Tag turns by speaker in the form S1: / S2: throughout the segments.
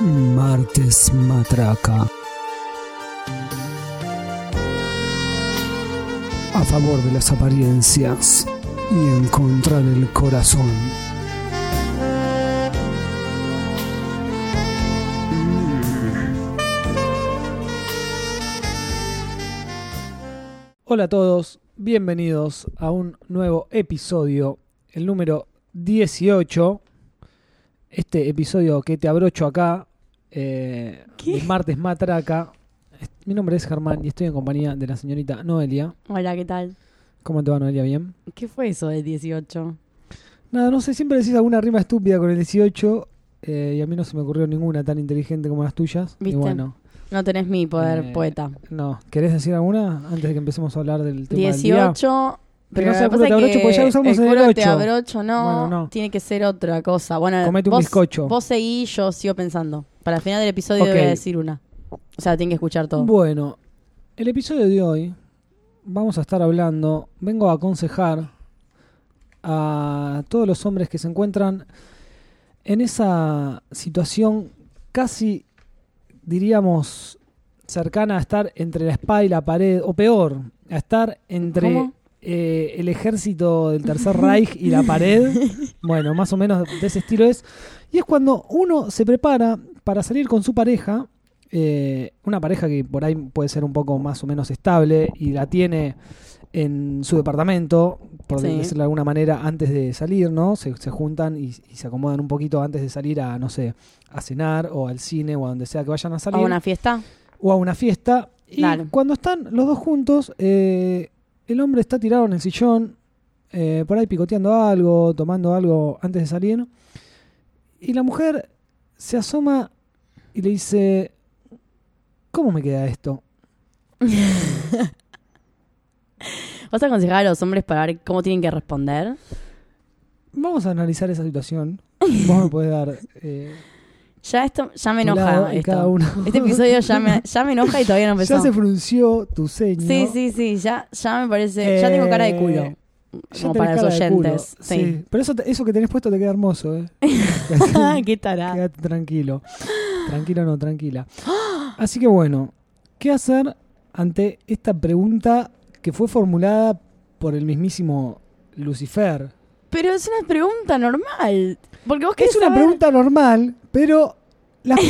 S1: Martes Matraca. A favor de las apariencias y en contra del corazón.
S2: Hola a todos, bienvenidos a un nuevo episodio, el número 18. Este episodio que te abrocho acá, eh,
S3: ¿Qué?
S2: el martes matraca. Est- Mi nombre es Germán y estoy en compañía de la señorita Noelia.
S3: Hola, ¿qué tal?
S2: ¿Cómo te va Noelia? ¿Bien?
S3: ¿Qué fue eso del 18?
S2: Nada, no sé, siempre decís alguna rima estúpida con el 18 eh, y a mí no se me ocurrió ninguna tan inteligente como las tuyas. Y
S3: ¿Viste?
S2: bueno,
S3: No tenés mi poder,
S2: Eh,
S3: poeta.
S2: no. ¿Querés decir alguna antes de que empecemos a hablar del tema del día?
S3: 18.
S2: Pero no
S3: lo
S2: sea
S3: que
S2: culo
S3: pasa
S2: te
S3: es
S2: abrocho,
S3: que
S2: porque ya usamos el
S3: el culo te
S2: 8.
S3: abrocho, no,
S2: Bueno, no.
S3: Tiene que ser otra cosa. Bueno,
S2: Comete un
S3: vos,
S2: bizcocho.
S3: vos seguí, yo sigo pensando. Para el final del episodio
S2: Ok.
S3: voy a decir una. O sea, tienen que escuchar todo.
S2: Bueno, el episodio de hoy vamos a estar hablando, vengo a aconsejar a todos los hombres que se encuentran en esa situación casi, diríamos, cercana a estar entre la espada y la pared, o peor, a estar entre
S3: ¿Cómo?
S2: eh, el ejército del Tercer Reich y la pared. Bueno, más o menos de ese estilo es. Y es cuando uno se prepara para salir con su pareja, eh, una pareja que por ahí puede ser un poco más o menos estable y la tiene en su departamento, por
S3: Sí.
S2: decirlo de alguna manera, antes de salir, ¿no? Se, se juntan y, y se acomodan un poquito antes de salir a, no sé, a cenar o al cine o a donde sea que vayan a salir
S3: ¿A una fiesta?
S2: o a una fiesta. Y
S3: Claro.
S2: cuando están los dos juntos, eh, el hombre está tirado en el sillón, eh, por ahí picoteando algo, tomando algo antes de salir. Y la mujer se asoma y le dice, ¿cómo me queda esto?
S3: ¿Vas a aconsejar a los hombres para ver cómo tienen que responder?
S2: Vamos a analizar esa situación. Vos me podés dar... eh,
S3: Ya esto ya me
S2: tu lado
S3: enoja
S2: y
S3: esto.
S2: cada uno.
S3: Este episodio ya me, ya me enoja y todavía no empezó.
S2: ya se frunció tu ceño.
S3: Sí, sí, sí, ya, ya me parece, ya tengo cara de culo.
S2: Eh, Ya
S3: como
S2: tenés
S3: para los
S2: cara de culo.
S3: oyentes. Sí.
S2: Pero eso, te- eso que tenés puesto te queda hermoso, ¿eh?
S3: Ah, Qué tará.
S2: Quédate tranquilo. Tranquilo, no, tranquila. Así que bueno, ¿qué hacer ante esta pregunta que fue formulada por el mismísimo Lucifer?
S3: Pero es una pregunta normal. Porque vos querés
S2: Es una
S3: saber-
S2: pregunta normal, pero las-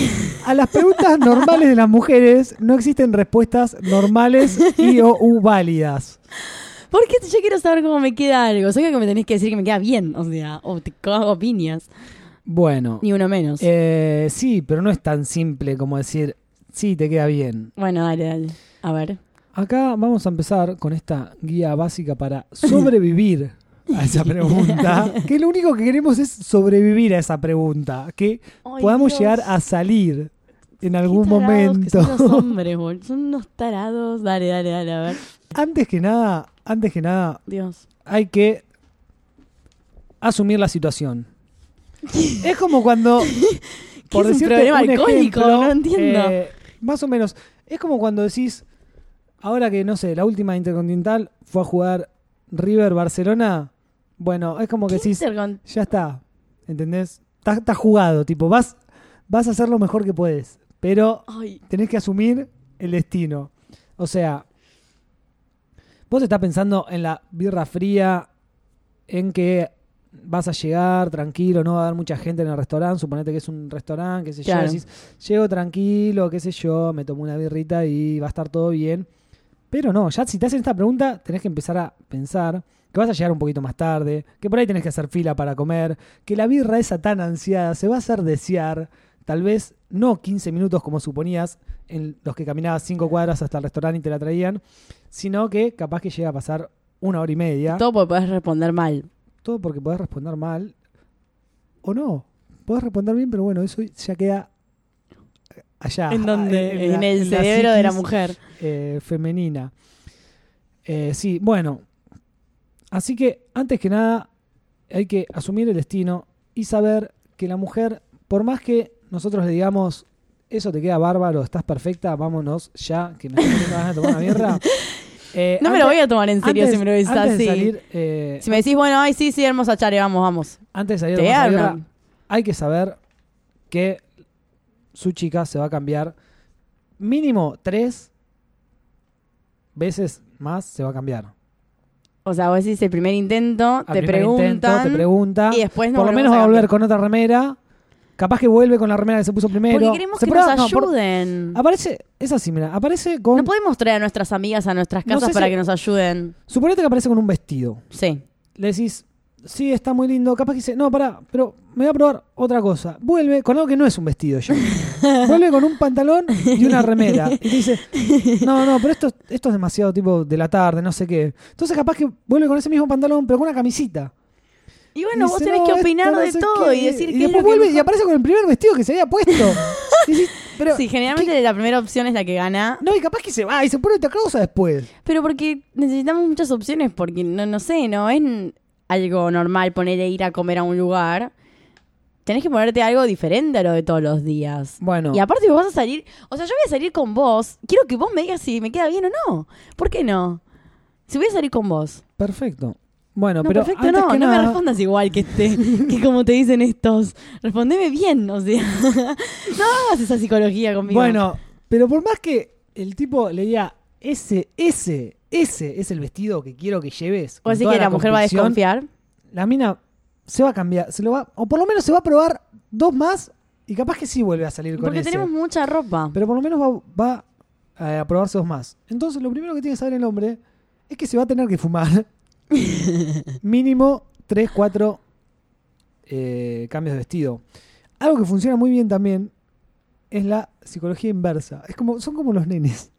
S2: a las preguntas normales de las mujeres no existen respuestas normales y o u válidas.
S3: ¿Por qué yo quiero saber cómo me queda algo? Soy que me tenés que decir que me queda bien. O sea, o te hago piñas.
S2: Bueno,
S3: Ni uno menos.
S2: eh, sí, pero no es tan simple como decir, sí, te queda bien.
S3: Bueno, dale, dale. A ver.
S2: Acá vamos a empezar con esta guía básica para sobrevivir a esa pregunta. Que lo único que queremos es sobrevivir a esa pregunta. Que podamos llegar a salir en algún
S3: son los
S2: momento.
S3: hombres, boludo. Son unos tarados. Dale, dale, dale. A ver.
S2: Antes que nada, antes que nada,
S3: Dios.
S2: hay que asumir la situación. Es como cuando.
S3: es un
S2: decirte
S3: problema alcohólico?
S2: ejemplo,
S3: No entiendo.
S2: eh, más o menos. Es como cuando decís. Ahora que, no sé, la última Intercontinental fue a jugar River-Barcelona. Bueno, es como que
S3: ¿Qué
S2: decís.
S3: hacer con-
S2: Ya está. ¿Entendés? Está, está jugado. Tipo, vas, vas a hacer lo mejor que puedes. Pero
S3: Ay,
S2: tenés que asumir el destino. O sea, vos estás pensando en la birra fría, en que vas a llegar tranquilo, no va a haber mucha gente en el restaurante, suponete que es un restaurante, qué sé
S3: Claro.
S2: yo, decís, llego tranquilo, qué sé yo, me tomo una birrita y va a estar todo bien. Pero no, ya si te hacen esta pregunta, tenés que empezar a pensar que vas a llegar un poquito más tarde, que por ahí tenés que hacer fila para comer, que la birra esa tan ansiada se va a hacer desear, tal vez no 15 minutos como suponías en los que caminabas 5 cuadras hasta el restaurante y te la traían, sino que capaz que llega a pasar una hora y media.
S3: todo porque podés responder mal.
S2: Todo porque podés responder mal o no. Podés responder bien, pero bueno, eso ya queda allá.
S3: ¿En dónde? En,
S2: la-
S3: el
S2: Ah, en la
S3: cerebro de la
S2: psiquis,
S3: mujer.
S2: eh, femenina. Eh, sí, bueno. Así que, antes que nada, hay que asumir el destino y saber que la mujer, por más que nosotros le digamos, eso te queda bárbaro, estás perfecta, vámonos ya, que me estoy ganas de tomar una birra. eh,
S3: No me lo
S2: antes-
S3: voy a tomar en serio
S2: antes-
S3: si me lo dices
S2: antes de
S3: así.
S2: salir, eh,
S3: Si me decís, bueno, ay, sí, sí, hermosa Chare, vamos, vamos.
S2: antes de salir
S3: Te
S2: de
S3: voy a
S2: Masa
S3: dar
S2: Guerra,
S3: una-
S2: hay que saber que su chica se va a cambiar mínimo tres veces más se va a cambiar.
S3: O sea, vos decís el primer intento,
S2: Al
S3: te
S2: primer intento,
S3: preguntan.
S2: te pregunta.
S3: y después no
S2: por lo
S3: volvemos
S2: menos
S3: a
S2: va a volver
S3: cambiar.
S2: con otra remera. Capaz que vuelve con la remera que se puso primero.
S3: Porque queremos
S2: Se
S3: que
S2: prueba-
S3: nos
S2: no, por-
S3: ayuden.
S2: aparece, es así, mira, aparece con.
S3: No podemos traer a nuestras amigas a nuestras
S2: No
S3: casas
S2: sé
S3: para
S2: si-
S3: que nos ayuden.
S2: Suponete que aparece con un vestido.
S3: Sí.
S2: le decís, sí, está muy lindo, capaz que dice, no, pará, pero me voy a probar otra cosa. Vuelve con algo que no es un vestido ya. Vuelve con un pantalón y una remera. Y te dice, no, no, pero esto, esto es demasiado tipo de la tarde, no sé qué. Entonces capaz que vuelve con ese mismo pantalón, pero con una camisita.
S3: Y bueno,
S2: Y
S3: vos
S2: dice,
S3: tenés
S2: "No,
S3: que
S2: esto
S3: opinar
S2: no
S3: de
S2: sé
S3: todo
S2: qué".
S3: y decir
S2: y
S3: que
S2: después vuelve y aparece con el primer vestido que se había puesto. Y decís, pero,
S3: Sí, generalmente la primera opción es la que gana.
S2: no, y capaz que se va y se pone otra cosa después.
S3: Pero porque necesitamos muchas opciones, porque no, no sé, no es algo normal ponerle ir a comer a un lugar. Tenés que ponerte algo diferente a lo de todos los días.
S2: Bueno,
S3: Y aparte vos vas a salir, o sea, yo voy a salir con vos, quiero que vos me digas si me queda bien o no. ¿Por qué no? Si voy a salir con vos.
S2: perfecto. Bueno,
S3: No,
S2: pero
S3: perfecto,
S2: antes
S3: no,
S2: que
S3: no me
S2: nada-
S3: respondas igual que este, que como te dicen estos. Respondeme bien, o sea. no hagas esa psicología conmigo.
S2: Bueno, pero por más que el tipo le diga, ese, ese, ese es el vestido que quiero que lleves.
S3: o
S2: con
S3: así
S2: toda
S3: que la mujer va a
S2: convicción",
S3: desconfiar.
S2: La mina se va a cambiar, se lo va, o por lo menos se va a probar dos más y capaz que sí vuelve a salir con
S3: Porque
S2: ese.
S3: tenemos mucha ropa.
S2: Pero por lo menos va, va, eh, a probarse dos más. Entonces lo primero que tiene que saber el hombre es que se va a tener que fumar mínimo 3, 4 cambios de vestido. Algo que funciona muy bien también es la psicología inversa. Es como, son como los nenes.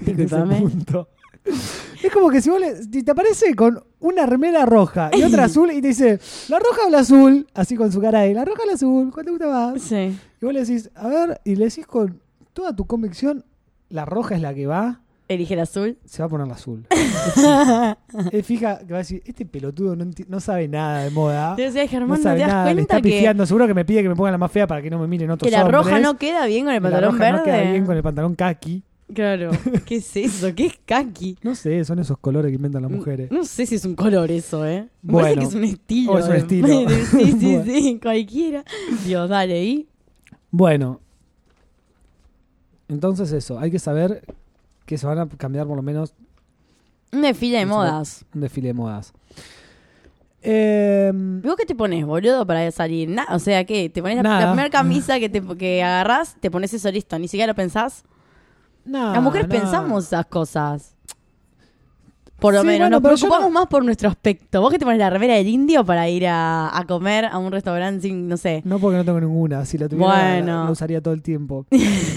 S2: en ese
S3: Disculpame.
S2: punto. Es como que si vos le- si te aparece con una remera roja y otra azul y te dice, la roja o la azul, así con su cara ahí, la roja o la azul, ¿cuál te gusta más?
S3: Sí.
S2: Y vos le decís, a ver, y le decís con toda tu convicción, la roja es la que va,
S3: Elige el azul.
S2: se va a poner la azul. Es fija que va a decir, este pelotudo no, enti- no sabe nada de moda.
S3: Te decía,
S2: Ah, No
S3: Germán, ¿no
S2: sabe
S3: te das
S2: nada, le está
S3: cuenta que,
S2: pifiando. Seguro que me pide que me ponga la más fea para que no me miren otros
S3: que la roja
S2: hombres.
S3: no queda bien con el
S2: La
S3: pantalón
S2: roja
S3: verde?
S2: no queda bien con el pantalón kaki.
S3: Claro. ¿Qué es eso? ¿Qué es kaki?
S2: No sé, son esos colores que inventan
S3: Mm.
S2: las mujeres.
S3: No sé si es un color eso, ¿eh? Me
S2: Bueno.
S3: parece que es un estilo.
S2: O es un
S3: de-
S2: estilo.
S3: sí, sí,
S2: Bueno.
S3: sí, cualquiera. Dios, dale, ¿y?
S2: Bueno. Entonces eso, hay que saber que se van a cambiar por lo menos
S3: Un desfile de
S2: Eso.
S3: modas.
S2: un desfile de modas. Em,
S3: ¿Y ¿Vos qué te pones, boludo, para salir? Na- o sea, ¿qué? ¿Te pones la,
S2: Nada.
S3: la primera camisa que, te, que agarrás? ¿Te pones eso listo? ¿Ni siquiera lo pensás?
S2: no,
S3: Las mujeres
S2: Ah, no.
S3: pensamos esas cosas. Por lo
S2: Sí,
S3: menos,
S2: bueno,
S3: nos
S2: pero yo
S3: preocupamos
S2: no-
S3: más por nuestro aspecto. ¿Vos que te pones la remera del indio para ir a, a comer a un restaurante sin, no sé?
S2: No, porque no tengo ninguna. Si la tuviera, la-
S3: Bueno.
S2: la usaría todo el tiempo.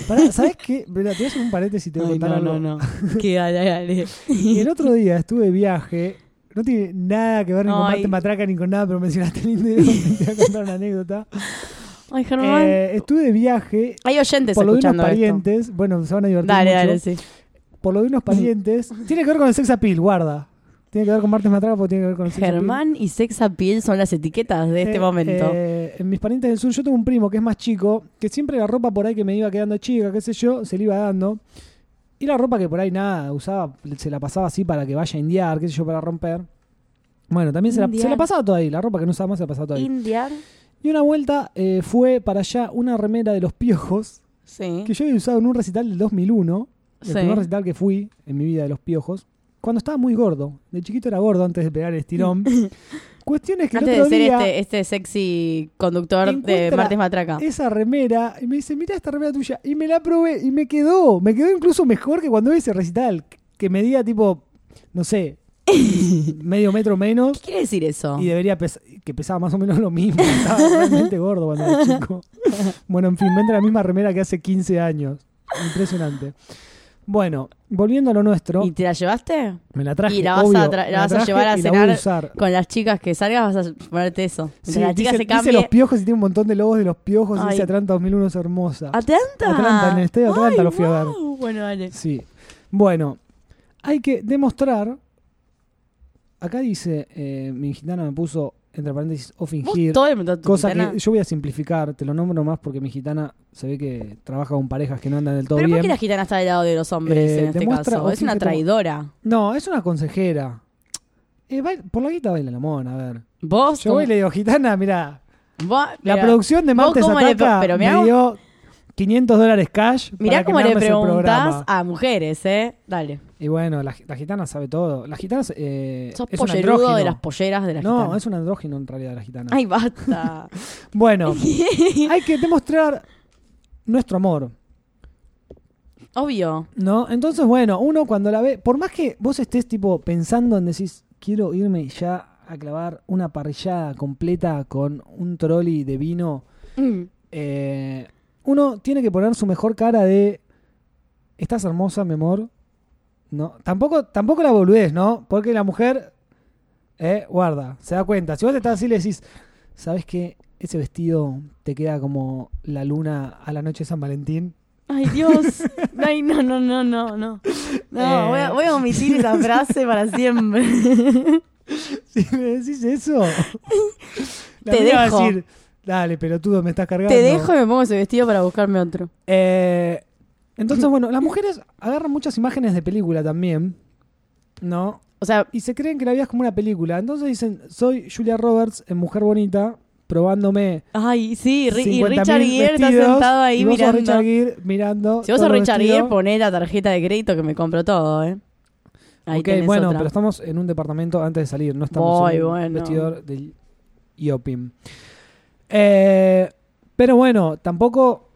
S2: Pará, ¿sabes qué? Mirá, te voy a hacer un paréntesis y te voy a
S3: Ay,
S2: contar
S3: no,
S2: algo.
S3: no, no. Que dale, dale.
S2: Y el otro día estuve de viaje. No tiene nada que ver ni con
S3: Ay.
S2: Marte Matraca ni con nada, pero mencionaste el indio. Te voy a contar una anécdota.
S3: Ay, Germán.
S2: Eh, estuve de viaje
S3: Hay oyentes
S2: por lo de unos
S3: escuchando esto.
S2: parientes. Bueno, se van a divertir
S3: Dale,
S2: mucho.
S3: dale, sí.
S2: Por lo de unos parientes. Tiene que ver con el sex appeal, guarda. Tiene que ver con Martes Matraca porque tiene que ver con el sex appeal.
S3: Germán y sex appeal son las etiquetas de este
S2: Eh,
S3: momento.
S2: eh, en mis parientes del sur, yo tengo un primo que es más chico, que siempre la ropa por ahí que me iba quedando chica, qué sé yo, se le iba dando. Y la ropa que por ahí nada usaba, se la pasaba así para que vaya a indiar, qué sé yo, para romper. Bueno, también se la, se la
S3: Indiar.
S2: pasaba toda ahí, la ropa que no usaba más se la pasaba toda ahí.
S3: Indiar.
S2: Y una vuelta eh, fue para allá una remera de los piojos
S3: Sí.
S2: que yo había usado en un recital del 2001, el
S3: Sí.
S2: primer recital que fui en mi vida de los piojos, cuando estaba muy gordo. De chiquito era gordo antes de pegar el estirón. Cuestiones que el
S3: Antes
S2: otro
S3: de ser
S2: día-
S3: este, este sexy conductor de
S2: Encuentra-
S3: Martes Matraca.
S2: esa remera y me dice, mira esta remera tuya. Y me la probé y me quedó. Me quedó incluso mejor que cuando hice recital. Que medía tipo, no sé, medio metro menos.
S3: ¿Qué quiere decir eso?
S2: Y debería pes- que pesaba más o menos lo mismo. Estaba realmente gordo cuando era chico. Bueno, en fin, me entra la misma remera que hace 15 años. Impresionante. Bueno, volviendo a lo nuestro,
S3: ¿Y te la llevaste?
S2: me la traje.
S3: y la vas a
S2: obvio,
S3: tra- la vas a
S2: traje
S3: llevar a
S2: y la voy
S3: cenar
S2: usar.
S3: Con las chicas que salgas vas a ponerte eso. Mientras
S2: Sí,
S3: la
S2: dice,
S3: chica se
S2: dice
S3: cambie.
S2: los piojos y tiene un montón de logos de los piojos. Y
S3: Ay.
S2: dice Atlanta 2001 es hermosa.
S3: ¿Atlanta?
S2: Atlanta, en el estadio Atlanta
S3: Ay,
S2: lo fui a ver.
S3: guau. Bueno, dale.
S2: Sí. Bueno, hay que demostrar. Acá dice, eh, mi gitana me puso entre paréntesis o
S3: Vos
S2: fingir.
S3: todo el mundo tu
S2: Cosa
S3: ventana.
S2: que yo voy a simplificar, te lo nombro más porque mi gitana se ve que trabaja con parejas que no andan del todo
S3: ¿Pero por qué
S2: bien.
S3: la gitana está del lado de los hombres
S2: Eh,
S3: en este
S2: demuestra
S3: caso?
S2: o
S3: Es una
S2: fíjate cómo-
S3: traidora.
S2: No, es una consejera. Eh, bail- por la guita baila la mona, a ver.
S3: Vos,
S2: Yo voy y le digo, gitana, mira,
S3: vos-
S2: la
S3: mira,
S2: producción de
S3: vos
S2: Martes
S3: cómo le-
S2: Ataca
S3: pero me
S2: me
S3: hago-
S2: dio 500 dólares cash. para
S3: Mirá
S2: que
S3: cómo
S2: me
S3: le
S2: armes el
S3: preguntás
S2: programa.
S3: a mujeres, ¿eh? Dale.
S2: Y bueno, la, gi- la gitana sabe todo. La gitana eh,
S3: Sos
S2: es un
S3: pollerudo
S2: andrógino.
S3: de las polleras de las
S2: no,
S3: gitanas.
S2: es un andrógino en realidad la gitana.
S3: Ay, basta.
S2: Bueno, hay que demostrar nuestro amor,
S3: Obvio.
S2: ¿no? Entonces, bueno, uno cuando la ve, por más que vos estés tipo pensando en decís, quiero irme ya a clavar una parrillada completa con un trolley de vino,
S3: Mm.
S2: eh, uno tiene que poner su mejor cara de, estás hermosa, mi amor. No, tampoco, tampoco la boludez, ¿no? Porque la mujer, eh, guarda, se da cuenta. Si vos estás así, le decís, ¿sabes qué? Ese vestido te queda como la luna a la noche de San Valentín.
S3: Ay, Dios. Ay, no, no, no, no, no. No,
S2: Eh.
S3: voy, a, voy a omitir esa frase para siempre.
S2: Si me decís eso, la
S3: Te
S2: mina va a
S3: dejo.
S2: decir, dale, pelotudo, me estás cargando.
S3: Te dejo y me pongo ese vestido para buscarme otro.
S2: Eh, entonces, bueno, las mujeres agarran muchas imágenes de película también, ¿no?
S3: O sea,
S2: Y se creen que la vida es como una película. Entonces dicen, soy Julia Roberts en Mujer Bonita, probándome.
S3: ay, sí, Ri- y
S2: 50.000
S3: Richard Gere está
S2: vestidos,
S3: sentado ahí
S2: y vos sos
S3: mirando.
S2: Richard Gere mirando.
S3: Si vos
S2: todo
S3: sos Richard
S2: vestido.
S3: Gere, poné la tarjeta de crédito que me compro todo, ¿eh? Ahí
S2: Ok,
S3: tenés
S2: bueno,
S3: otra.
S2: pero estamos en un departamento antes de salir, no estamos
S3: Voy,
S2: en un
S3: bueno.
S2: vestidor del IOPIM. Eh, pero bueno, tampoco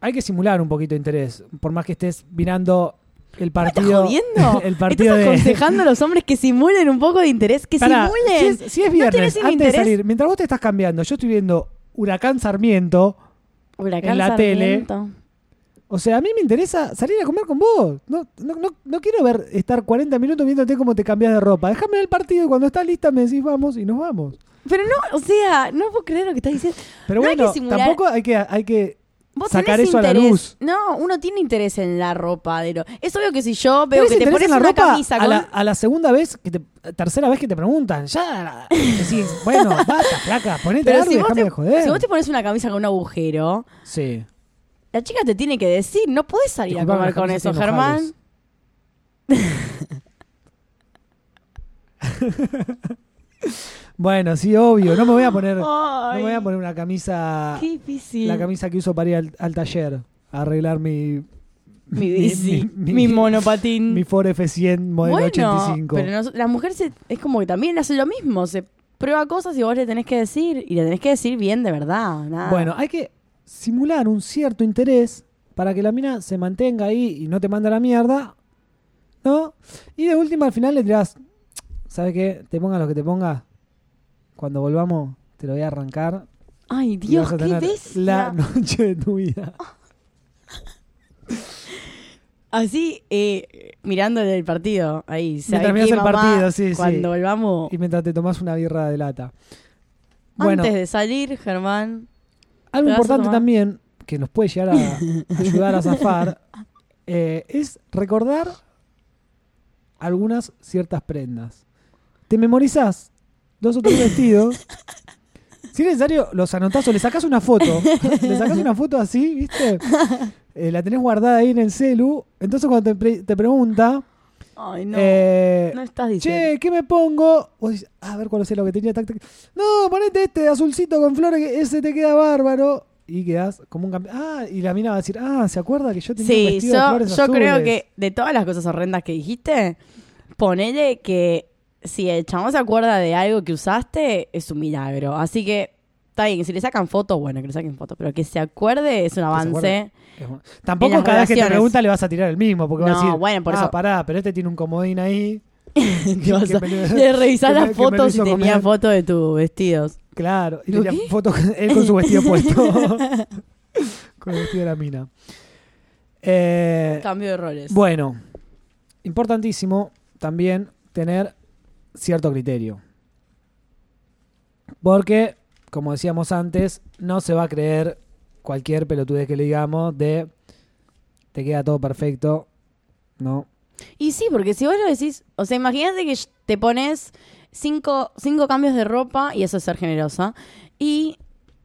S2: hay que simular un poquito de interés, por más que estés mirando el
S3: ¿Me estás
S2: partido.
S3: jodiendo?
S2: El partido
S3: ¿Estás
S2: de.
S3: aconsejando a los hombres que simulen un poco de interés? ¡Que
S2: Pará, si
S3: simulen!
S2: es, si es
S3: tenés
S2: viernes,
S3: el
S2: antes
S3: interés?
S2: de salir, mientras vos te estás cambiando, yo estoy viendo Huracán Sarmiento.
S3: Huracán
S2: en la tele.
S3: Sarmiento.
S2: O sea, a mí me interesa salir a comer con vos. No, no, no, no quiero ver estar 40 minutos viéndote cómo te cambias de ropa. Déjame ver el partido y cuando estás lista me decís vamos y nos vamos.
S3: Pero no, o sea, no puedo creer lo que estás diciendo.
S2: Pero
S3: No hay
S2: bueno,
S3: que simular-
S2: tampoco hay que, hay que
S3: Vos
S2: sacar
S3: tenés
S2: eso a la
S3: interés.
S2: luz.
S3: No, uno tiene interés en la ropa. De lo... Es obvio que si yo veo
S2: ¿Tenés
S3: que te
S2: interés
S3: pones
S2: en la
S3: una
S2: ropa
S3: camisa
S2: a,
S3: con...
S2: la, a la segunda vez, que te- tercera vez que te preguntan, ya decís, bueno, basta, placa, ponete
S3: Pero
S2: algo
S3: si
S2: y
S3: vos
S2: dejame
S3: te-
S2: de joder.
S3: Si vos te pones una camisa con un agujero,
S2: Sí.
S3: la chica te tiene que decir, no puedes salir
S2: Disculpame,
S3: a comer
S2: las
S3: con
S2: camisas
S3: eso,
S2: tienen
S3: Germán.
S2: ojales. Bueno, sí, obvio, no me voy a poner, no me
S3: Ay,
S2: voy a poner una camisa,
S3: qué difícil.
S2: la camisa que uso para ir al, al taller, a arreglar mi,
S3: mi bici,
S2: mi-
S3: mi,
S2: mi-
S3: monopatín.
S2: mi Ford F100 modelo
S3: Mm. bueno,
S2: 85.
S3: pero nos- la mujer se- es como que también hace lo mismo. Se prueba cosas y vos le tenés que decir. Y le tenés que decir bien de verdad. nada.
S2: Bueno, hay que simular un cierto interés para que la mina se mantenga ahí y no te manda a la mierda, ¿no? Y de última al final le dirás, ¿sabes qué? Te ponga lo que te ponga, cuando volvamos te lo voy a arrancar.
S3: Ay,
S2: y
S3: Dios,
S2: vas a
S3: qué
S2: tener
S3: bestia. Oh.
S2: La noche de tu vida.
S3: Así, eh, mirando el partido, ahí.
S2: Mientras
S3: ¿sabés
S2: mirás
S3: qué,
S2: el
S3: mamá?
S2: partido, sí, sí.
S3: Cuando volvamos,
S2: Y mientras te tomás una birra de lata. Bueno,
S3: antes de salir, Germán.
S2: algo
S3: te vas a
S2: importante
S3: tomar-
S2: también que nos puede llegar a ayudar a zafar eh, es recordar algunas ciertas prendas. Te memorizás dos o tres vestidos. Si es necesario, los anotás o le sacás una foto. Le sacás una foto así, ¿viste? Eh, la tenés guardada ahí en el celu. Entonces cuando te, pre- te pregunta,
S3: Ay, no.
S2: eh,
S3: no estás diciendo.
S2: che, ¿qué me pongo? Vos decís, "Ah, a ver cuál es lo que tenía. tac, tac. No, ponete este de azulcito con flores, que ese te queda bárbaro. Y quedás como un campeón. Ah, y la mina va a decir, ah, ¿se acuerda que yo tenía un
S3: Sí,
S2: vestido de
S3: yo,
S2: flores
S3: yo creo
S2: azules?"
S3: que de todas las cosas horrendas que dijiste, ponele que si el chabón se acuerda de algo que usaste, es un milagro. Así que está bien, si le sacan fotos, bueno, que le saquen fotos, pero que se acuerde es un avance.
S2: acuerde. Es bueno. Tampoco
S3: En las
S2: cada vez que te
S3: relaciones.
S2: pregunta le vas a tirar el mismo, porque va
S3: No,
S2: a decir,
S3: bueno, por
S2: ah,
S3: eso-
S2: pará, pero este tiene un comodín ahí.
S3: Te vas a-
S2: Que me lo-
S3: le revisás
S2: que me-
S3: las
S2: que me lo
S3: fotos y
S2: hizo
S3: tenía
S2: comer.
S3: fotos de tus vestidos.
S2: Claro, y
S3: ¿Lo
S2: tenía fotos con- él con su vestido puesto. con el vestido de la mina. Eh,
S3: Cambio de roles.
S2: Bueno, importantísimo también tener cierto criterio. Porque, como decíamos antes, no se va a creer cualquier pelotudez que le digamos de te queda todo perfecto, ¿no?
S3: Y sí, porque si vos lo decís, o sea, imagínate que te pones cinco, cinco cambios de ropa, y eso es ser generosa, y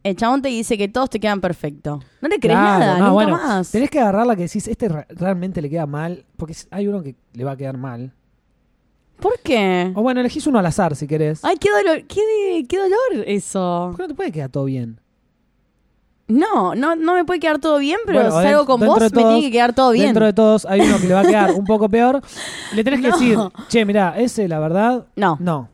S3: el chabón te dice que todos te quedan perfecto. No le crees
S2: Claro,
S3: nada,
S2: no,
S3: nunca
S2: bueno,
S3: más.
S2: Tenés que agarrar la que decís, este re- realmente le queda mal, porque si- hay uno que le va a quedar mal.
S3: ¿Por qué?
S2: O bueno, elegís uno al azar si querés.
S3: Ay, qué dolor, qué, qué dolor eso.
S2: Porque no te puede quedar todo bien.
S3: No, no, no me puede quedar todo bien, pero
S2: Bueno,
S3: salgo
S2: dent-
S3: con
S2: dentro
S3: vos,
S2: de
S3: me
S2: todos-
S3: tiene que quedar todo bien.
S2: Dentro de todos hay uno que le va a quedar un poco peor. Le tenés que
S3: No.
S2: decir, che, mirá, ese la verdad,
S3: No.
S2: no.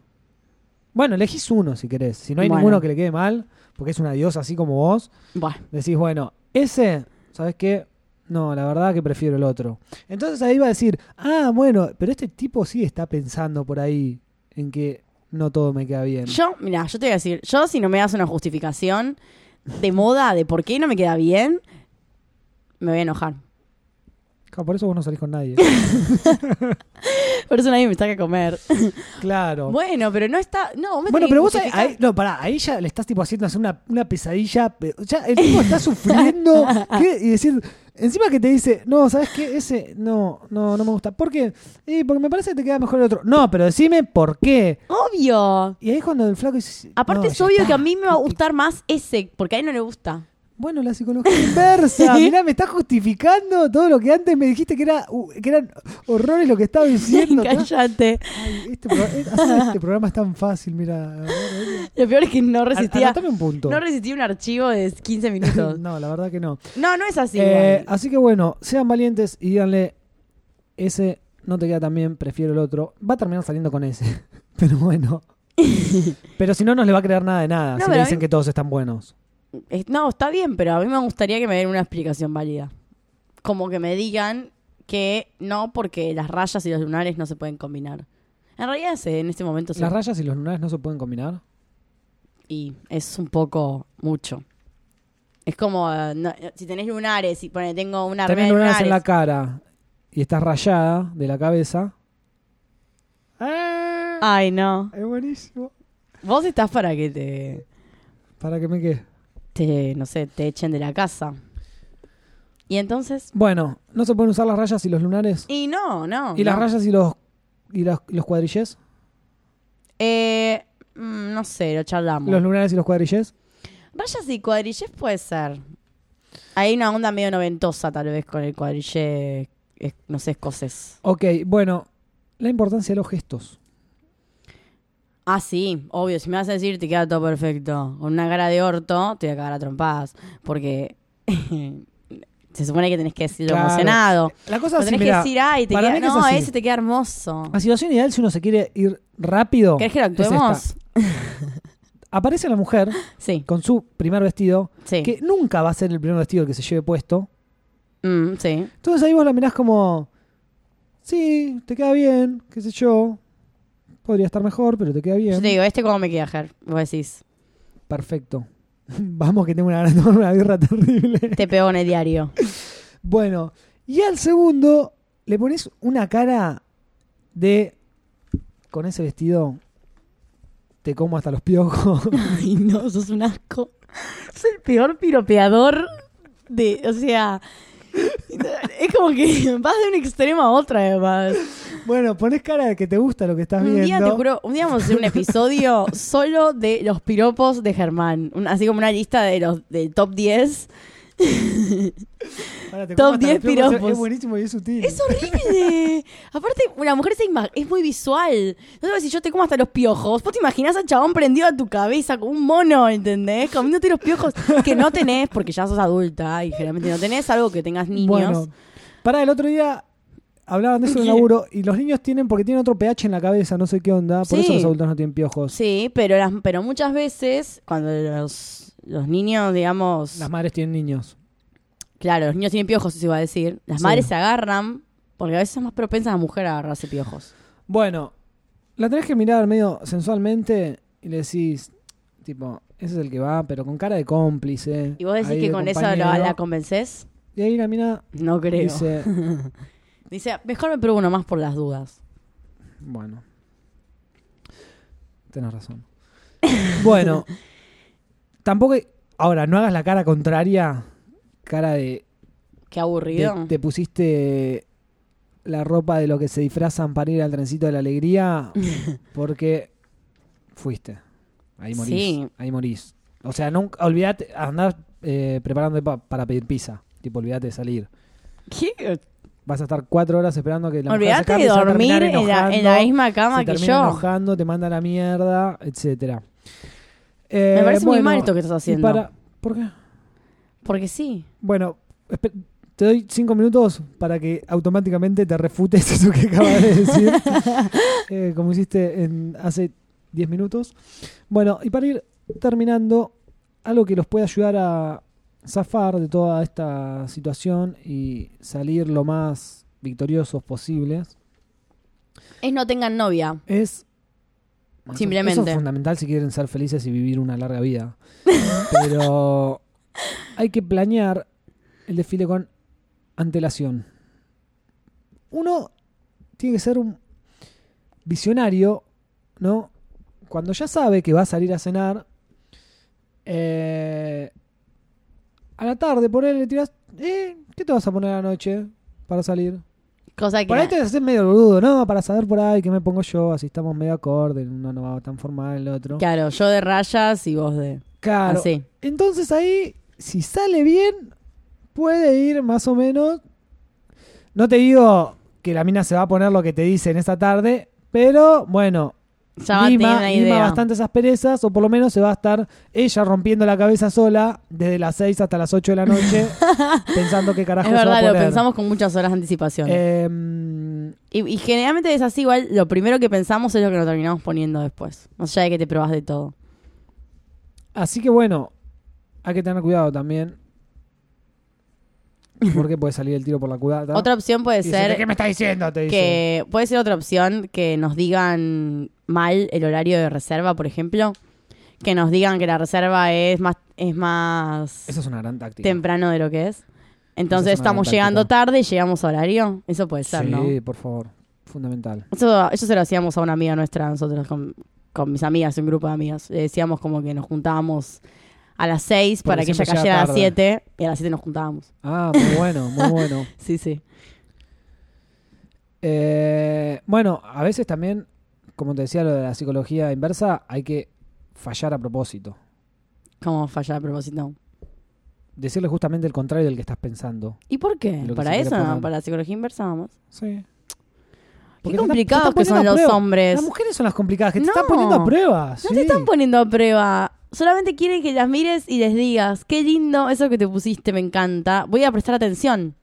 S2: Bueno, elegís uno si querés. Si no hay
S3: Bueno.
S2: ninguno que le quede mal, porque es una diosa así como vos,
S3: Bueno,
S2: decís, bueno, ese, ¿sabes qué? No, la verdad que prefiero el otro. Entonces ahí va a decir, ah, bueno, pero este tipo sí está pensando por ahí en que no todo me queda bien.
S3: yo, mira, yo te voy a decir, yo si no me das una justificación de moda de por qué no me queda bien, me voy a enojar.
S2: Claro, Por eso vos no salís con nadie.
S3: Por eso nadie me saca a comer.
S2: Claro.
S3: Bueno, pero no está. No, vos me
S2: Bueno, pero
S3: tenés que
S2: vos ahí,
S3: justificar.
S2: ahí- no, pará, ahí ya le estás tipo haciendo hacer una, una pesadilla, pero ya el tipo está sufriendo ¿qué? y decir, encima que te dice, no, ¿sabes qué? Ese no, no, no me gusta. ¿Por qué? Y porque me parece que te queda mejor el otro. No, pero decime por qué.
S3: Obvio.
S2: Y ahí es cuando el flaco dice,
S3: Aparte
S2: "No,
S3: es
S2: ya
S3: obvio
S2: está".
S3: que a mí me va a gustar más ese, porque a él no le gusta.
S2: Bueno, la psicología inversa. Mirá, me estás justificando todo lo que antes me dijiste que era uh, que eran horrores lo que estaba diciendo.
S3: Cállate.
S2: Ay, este, pro- eh, hacer este programa es tan fácil, mira.
S3: Lo peor es que no resistía.
S2: Anotame un punto.
S3: No resistí un archivo de 15 minutos.
S2: no, la verdad que no.
S3: No, no es así.
S2: Eh,
S3: igual.
S2: así que bueno, sean valientes y díganle, ese no te queda tan bien, prefiero el otro. Va a terminar saliendo con ese, pero bueno. pero si no, no le va a creer nada de nada,
S3: No,
S2: si le
S3: pero a
S2: dicen
S3: mí-
S2: que todos están buenos.
S3: Es- No, está bien, pero a mí me gustaría que me den una explicación válida. Como que me digan que no, porque las rayas y los lunares no se pueden combinar. En realidad, se- en este momento, se-
S2: ¿Las rayas y los lunares no se pueden combinar?
S3: y es un poco mucho. Es como, eh, no- si tenés lunares, y pone, tengo una
S2: Tenés
S3: remera de
S2: lunares en la cara y estás rayada de la cabeza. ¡Ah!
S3: Ay, no.
S2: Es buenísimo.
S3: Vos estás para que te,
S2: Para que me quede.
S3: te, no sé, te echen de la casa. Y entonces...
S2: Bueno, no se pueden usar las rayas y los lunares.
S3: Y no, no.
S2: ¿Y las
S3: no.
S2: rayas y los, y las- los cuadrillés?
S3: Eh, mm, no sé, lo charlamos.
S2: ¿Los lunares y los cuadrillés?
S3: Rayas y cuadrillés puede ser. Hay una onda medio noventosa, tal vez, con el cuadrillé, es- no sé, escocés.
S2: Ok, bueno, la importancia de los gestos.
S3: Ah, sí, obvio. Si me vas a decir, te queda todo perfecto. Con una cara de orto, te voy a cagar a trompadas. Porque se supone que tenés que decirlo
S2: Claro.
S3: emocionado.
S2: La cosa
S3: Lo
S2: es así,
S3: tenés que
S2: mirá,
S3: decir, ay, te
S2: para
S3: queda,
S2: mí que es
S3: no,
S2: así. Ah,
S3: ese te queda hermoso.
S2: la situación ideal si uno se quiere ir rápido.
S3: ¿Querés que lo
S2: es esta.
S3: actuemos?
S2: Aparece la mujer
S3: sí,
S2: con su primer vestido,
S3: sí.
S2: que nunca va a ser el primer vestido el que se lleve puesto.
S3: Mm, sí.
S2: Entonces ahí vos la mirás como, sí, te queda bien, qué sé yo. Podría estar mejor, pero te queda bien.
S3: Yo te digo, ¿este cómo me queda, Ger? Vos decís,
S2: Perfecto. Vamos que tengo una gana de tomar una birra terrible.
S3: te pego en el diario.
S2: Bueno, y al segundo le pones una cara de con ese vestido te como hasta los piojos.
S3: Ay, no, sos un asco. Sos el peor piropeador de. O sea. Es como que vas de un extremo a otro, además.
S2: bueno, pones cara de que te gusta lo que estás
S3: Un
S2: viendo.
S3: día, te juro, un día vamos a hacer un episodio solo de los piropos de Germán. Un- así como una lista de los del top 10.
S2: Ahora, te
S3: top
S2: como hasta
S3: 10
S2: los piojos,
S3: piropos.
S2: Es buenísimo y es sutil.
S3: ¡Es horrible! Aparte, la mujer se ima- es muy visual. No sé si yo te como hasta los piojos. Vos te imaginás al chabón prendido a tu cabeza como un mono, ¿entendés? Comiéndote los piojos que no tenés porque ya sos adulta y generalmente no tenés algo que tengas niños.
S2: Bueno, para el otro día hablaban de eso en el laburo y los niños tienen porque tienen otro pH en la cabeza, no sé qué onda, por eso
S3: Sí.
S2: los adultos no tienen piojos.
S3: Sí, pero, las, pero muchas veces cuando los, los niños, digamos...
S2: Las madres tienen niños.
S3: Claro, los niños tienen piojos, eso iba a decir. Las
S2: Sí.
S3: madres se agarran porque a veces son más propensas a la mujer a agarrarse piojos.
S2: Bueno, la tenés que mirar medio sensualmente y le decís, tipo, ese es el que va, pero con cara de cómplice.
S3: ¿Y vos decís
S2: ahí
S3: que
S2: de
S3: con eso
S2: compañero.
S3: la, la convences?
S2: Y ahí la mina
S3: No creo. Dice,
S2: dice,
S3: mejor me pruebo uno más por las dudas.
S2: bueno, tenés razón. Bueno, tampoco... Ahora, no hagas la cara contraria, cara de...
S3: Qué
S2: te,
S3: aburrido.
S2: te pusiste la ropa de lo que se disfrazan para ir al trencito de la alegría porque fuiste. Ahí morís.
S3: Sí.
S2: Ahí morís. O sea, nunca, olvídate, andás eh, preparándote pa- para pedir pizza. Tipo, olvídate de salir.
S3: ¿Qué?
S2: Vas a estar cuatro horas esperando que la mujer se
S3: Olvídate de
S2: cambie, se va a
S3: dormir
S2: terminar
S3: en la, en la
S2: enojando,
S3: misma
S2: se
S3: cama que
S2: termina
S3: yo.
S2: enojando, te manda a la mierda, etcétera.
S3: Me
S2: Eh,
S3: parece muy
S2: bueno,
S3: mal esto que estás
S2: y
S3: haciendo.
S2: para, ¿Por qué?
S3: Porque sí.
S2: Bueno, espe- te doy cinco minutos para que automáticamente te refutes eso que acabas de decir, eh, como hiciste en- hace 10 minutos. Bueno, y para ir terminando, algo que los puede ayudar a zafar de toda esta situación y salir lo más victoriosos posibles
S3: Es no tengan novia.
S2: es... Eso- Eso
S3: Simplemente.
S2: es fundamental si quieren ser felices y vivir una larga vida. Pero hay que planear el desfile con antelación. Uno tiene que ser un visionario, ¿no? Cuando ya sabe que va a salir a cenar, eh, a la tarde por él le tiras, eh, ¿qué te vas a poner a la noche para salir?
S3: Cosa que
S2: Por ahí te haces medio el boludo, ¿no? Para saber por ahí qué me pongo yo, así estamos medio acorde, uno no va tan formal, el otro.
S3: Claro, yo de rayas y vos de.
S2: Claro.
S3: Así.
S2: Entonces ahí, si sale bien, puede ir más o menos. No te digo que la mina se va a poner lo que te dice en esta tarde, pero bueno,
S3: Ya va a tener
S2: lima,
S3: una
S2: lima
S3: idea.
S2: bastante esas perezas, o por lo menos se va a estar ella rompiendo la cabeza sola desde las 6 hasta las 8 de la noche, pensando qué carajo
S3: Es
S2: se va a
S3: verdad, lo
S2: poner.
S3: pensamos con muchas horas de anticipación.
S2: Em,
S3: Y, y generalmente es así, igual lo primero que pensamos es lo que nos terminamos poniendo después. Más allá de que te probás de todo.
S2: Así que bueno, hay que tener cuidado también. Porque puede salir el tiro por la culata.
S3: Otra opción puede
S2: Y decirte, ¿Qué
S3: ser
S2: me estás diciendo? Te dice.
S3: que. Puede ser otra opción que nos digan mal el horario de reserva, por ejemplo. Que nos digan que la reserva es más, es más
S2: Eso es una gran táctica.
S3: temprano de lo que es.
S2: Esa
S3: Entonces
S2: es una
S3: estamos
S2: gran
S3: llegando
S2: táctica.
S3: tarde y llegamos a horario. Eso puede ser,
S2: sí,
S3: ¿no?
S2: por favor. Fundamental.
S3: Eso, eso se lo hacíamos a una amiga nuestra, nosotros con, con mis amigas, un grupo de amigas. Le decíamos como que nos juntábamos a las 6
S2: Porque
S3: para que ella
S2: siempre llega
S3: cayera a las
S2: tarde.
S3: 7 y a las 7 nos juntábamos.
S2: Ah, muy bueno, muy bueno.
S3: Sí, sí.
S2: Eh, bueno, a veces también, como te decía, lo de la psicología inversa, hay que fallar a propósito.
S3: ¿Cómo fallar a propósito?
S2: Decirle justamente el contrario del que estás pensando.
S3: ¿Y por qué?
S2: Lo que
S3: ¿Para
S2: se
S3: eso
S2: quiere
S3: no?
S2: poner.
S3: ¿Para la psicología inversa vamos?
S2: Sí.
S3: Qué complicados que son los hombres.
S2: Las mujeres son las complicadas, que te
S3: No.
S2: están poniendo a prueba.
S3: No te están poniendo a prueba. Solamente quieren que las mires y les digas, qué lindo eso que te pusiste, me encanta. Voy a prestar atención.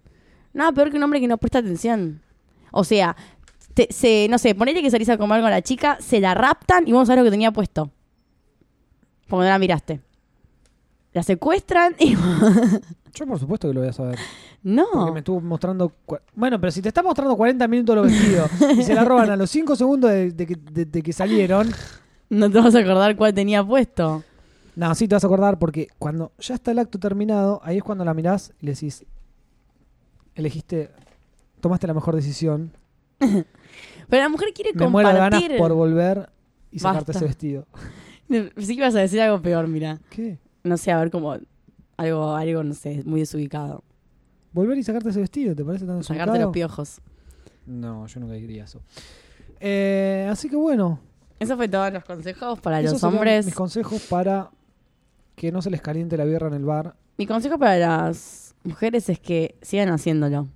S3: Nada peor que un hombre que no presta atención. O sea, te- se, no sé, ponele que salís a comer con la chica, se la raptan y vos no sabés lo que tenía puesto. Porque no la miraste. La secuestran y...
S2: Yo por supuesto que lo voy a saber. Porque
S3: No.
S2: me estuvo mostrando. cua- Bueno, pero si te está mostrando 40 minutos los vestidos y se la roban a los 5 segundos de, de que, de- de que salieron.
S3: No te vas a acordar cuál tenía puesto.
S2: No, sí te vas a acordar porque cuando ya está el acto terminado, ahí es cuando la mirás y le decís. Elegiste. Tomaste la mejor decisión.
S3: Pero la mujer quiere
S2: Me muero de ganas
S3: compartir.
S2: por volver y sacarte
S3: Basta.
S2: ese vestido.
S3: Sí que vas a decir algo peor, mira.
S2: ¿Qué?
S3: No sé, a ver como algo, algo, no sé, muy desubicado.
S2: Volver y sacarte ese vestido, ¿te parece tan
S3: Sacarte
S2: desubicado?
S3: los piojos.
S2: No, yo nunca diría eso. Eh, así que bueno,
S3: Eso fue todos los consejos para
S2: esos
S3: los
S2: serían
S3: hombres.
S2: mis consejos para que no se les caliente la birra en el bar.
S3: Mi consejo para las mujeres es que sigan haciéndolo.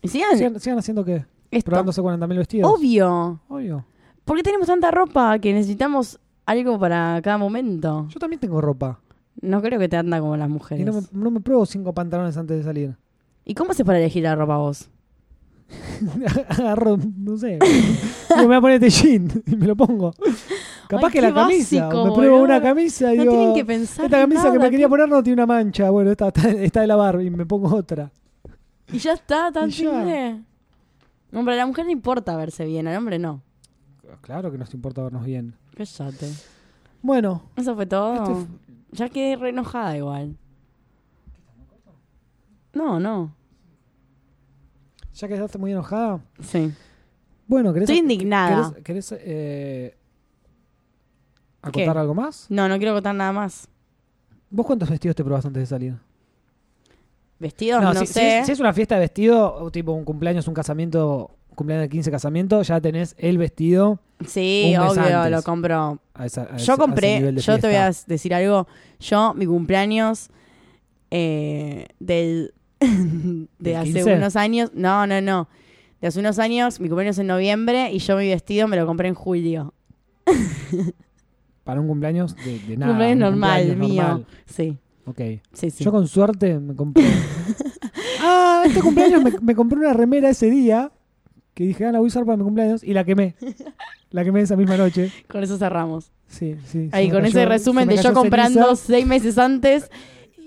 S3: Y sigan
S2: ¿Sigan, sigan haciendo qué?
S3: esto.
S2: probándose 40.000 vestidos.
S3: Obvio.
S2: Obvio.
S3: ¿Por qué tenemos tanta ropa que necesitamos algo para cada momento?
S2: Yo también tengo ropa.
S3: No creo que te anda como las
S2: Y
S3: mujeres.
S2: no me, no me pruebo cinco pantalones antes de salir.
S3: ¿Y cómo haces para elegir la ropa vos?
S2: Agarro, no sé. digo, me voy a poner este jean y me lo pongo. Capaz
S3: Ay,
S2: que
S3: qué
S2: la camisa.
S3: básico,
S2: o me pruebo
S3: boludo.
S2: una camisa y
S3: No
S2: digo.
S3: tienen que pensar.
S2: esta camisa que
S3: nada,
S2: me quería poner no tiene una mancha. Bueno, esta está, está de lavar y me pongo otra.
S3: Y ya está, tan
S2: Y ya.
S3: simple. No, pero a la mujer le importa verse bien, al hombre no.
S2: Claro que nos importa vernos bien.
S3: Cállate.
S2: Bueno,
S3: Eso fue todo.
S2: Este fu-
S3: Ya quedé re enojada igual. No, no.
S2: ya que estás muy enojada.
S3: Sí.
S2: Bueno, ¿querés,
S3: Estoy indignada.
S2: querés, querés, eh, acotar
S3: ¿Qué?
S2: algo más?
S3: No, no quiero contar nada más.
S2: ¿Vos cuántos vestidos te probás antes de salir?
S3: Vestidos, no,
S2: si, si
S3: sé.
S2: es- si es una fiesta de vestido, o tipo un cumpleaños, un casamiento, cumpleaños de 15 casamiento, ya tenés el vestido
S3: sí,
S2: un mes
S3: obvio,
S2: antes.
S3: lo compro.
S2: a esa- a ese- a
S3: yo
S2: ese
S3: compré,
S2: nivel de
S3: yo te voy a
S2: fiesta.
S3: decir algo. Yo, mi cumpleaños eh, del. de
S2: ¿Del
S3: hace
S2: 15?
S3: unos años. No, no, no. De hace unos años, mi cumpleaños en noviembre y yo mi vestido me lo compré en julio.
S2: Para un cumpleaños de, de nada.
S3: cumpleaños
S2: un
S3: normal,
S2: cumpleaños
S3: mío.
S2: normal.
S3: Sí.
S2: Ok.
S3: Sí, sí.
S2: Yo con suerte me compré. ah, este cumpleaños me, me compré una remera ese día. Que dije, ah, la voy a usar para mi cumpleaños. Y la quemé. La quemé esa misma noche.
S3: Con eso cerramos.
S2: Sí, sí. se
S3: Ahí,
S2: me
S3: con
S2: cayó-
S3: ese resumen
S2: se me
S3: de yo
S2: cayó
S3: comprando
S2: ceniza.
S3: seis meses antes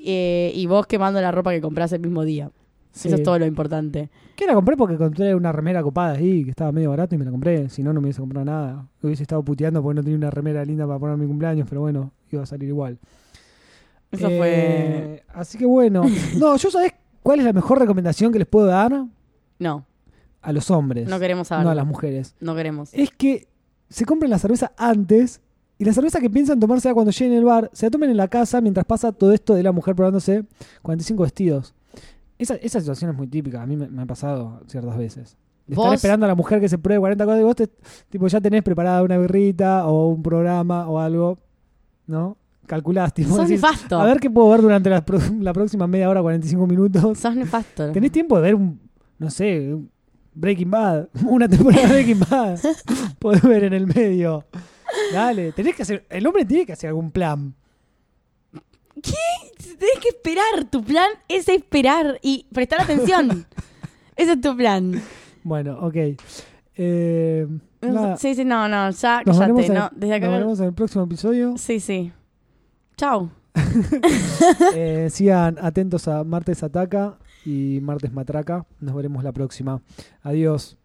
S3: eh, y vos quemando la ropa que compras el mismo día.
S2: Sí.
S3: Eso es todo lo importante.
S2: Que la compré porque encontré una remera copada ahí, que estaba medio barato y me la compré. Si no, no me hubiese comprado nada. Hubiese estado puteando porque no tenía una remera linda para poner mi cumpleaños, pero bueno, iba a salir igual.
S3: Eso
S2: Eh,
S3: fue.
S2: Así que bueno. No, ¿yo sabés cuál es la mejor recomendación que les puedo dar?
S3: No,
S2: A los hombres.
S3: no
S2: no
S3: queremos saberlo.
S2: a
S3: No,
S2: las mujeres.
S3: queremos.
S2: Es que se compren la cerveza antes y la cerveza que piensan tomarse cuando lleguen el bar, se la tomen en la casa mientras pasa todo esto de la mujer probándose 45 vestidos. Esa, esa situación es muy típica. A mí me, me ha pasado ciertas veces. De estar
S3: Vos-
S2: esperando a la mujer que se pruebe 40 cosas y vos te- tipo, ya tenés preparada una birrita o un programa o algo, ¿no? Calculás, tipo,
S3: Sos
S2: decís,
S3: nefasto.
S2: a ver qué puedo ver durante la, pro- la próxima media hora, 45 minutos.
S3: Sos nefasto.
S2: ¿Tenés tiempo de ver un, no sé, un Breaking Bad? Una temporada de Breaking Bad. Podés ver en el medio. Dale, tenés que hacer, el hombre tiene que hacer algún plan.
S3: Tienes que esperar. Tu plan es esperar y prestar atención. Ese es tu plan.
S2: Bueno, ok. Eh, nada,
S3: Sí, sí, no, no, ya
S2: nos veremos,
S3: cállate.
S2: en,
S3: No, desde acá.
S2: nos veremos en el próximo episodio.
S3: Sí, sí. Chau.
S2: Eh, sigan atentos a Martes Ataca y Martes Matraca. Nos veremos la próxima. Adiós.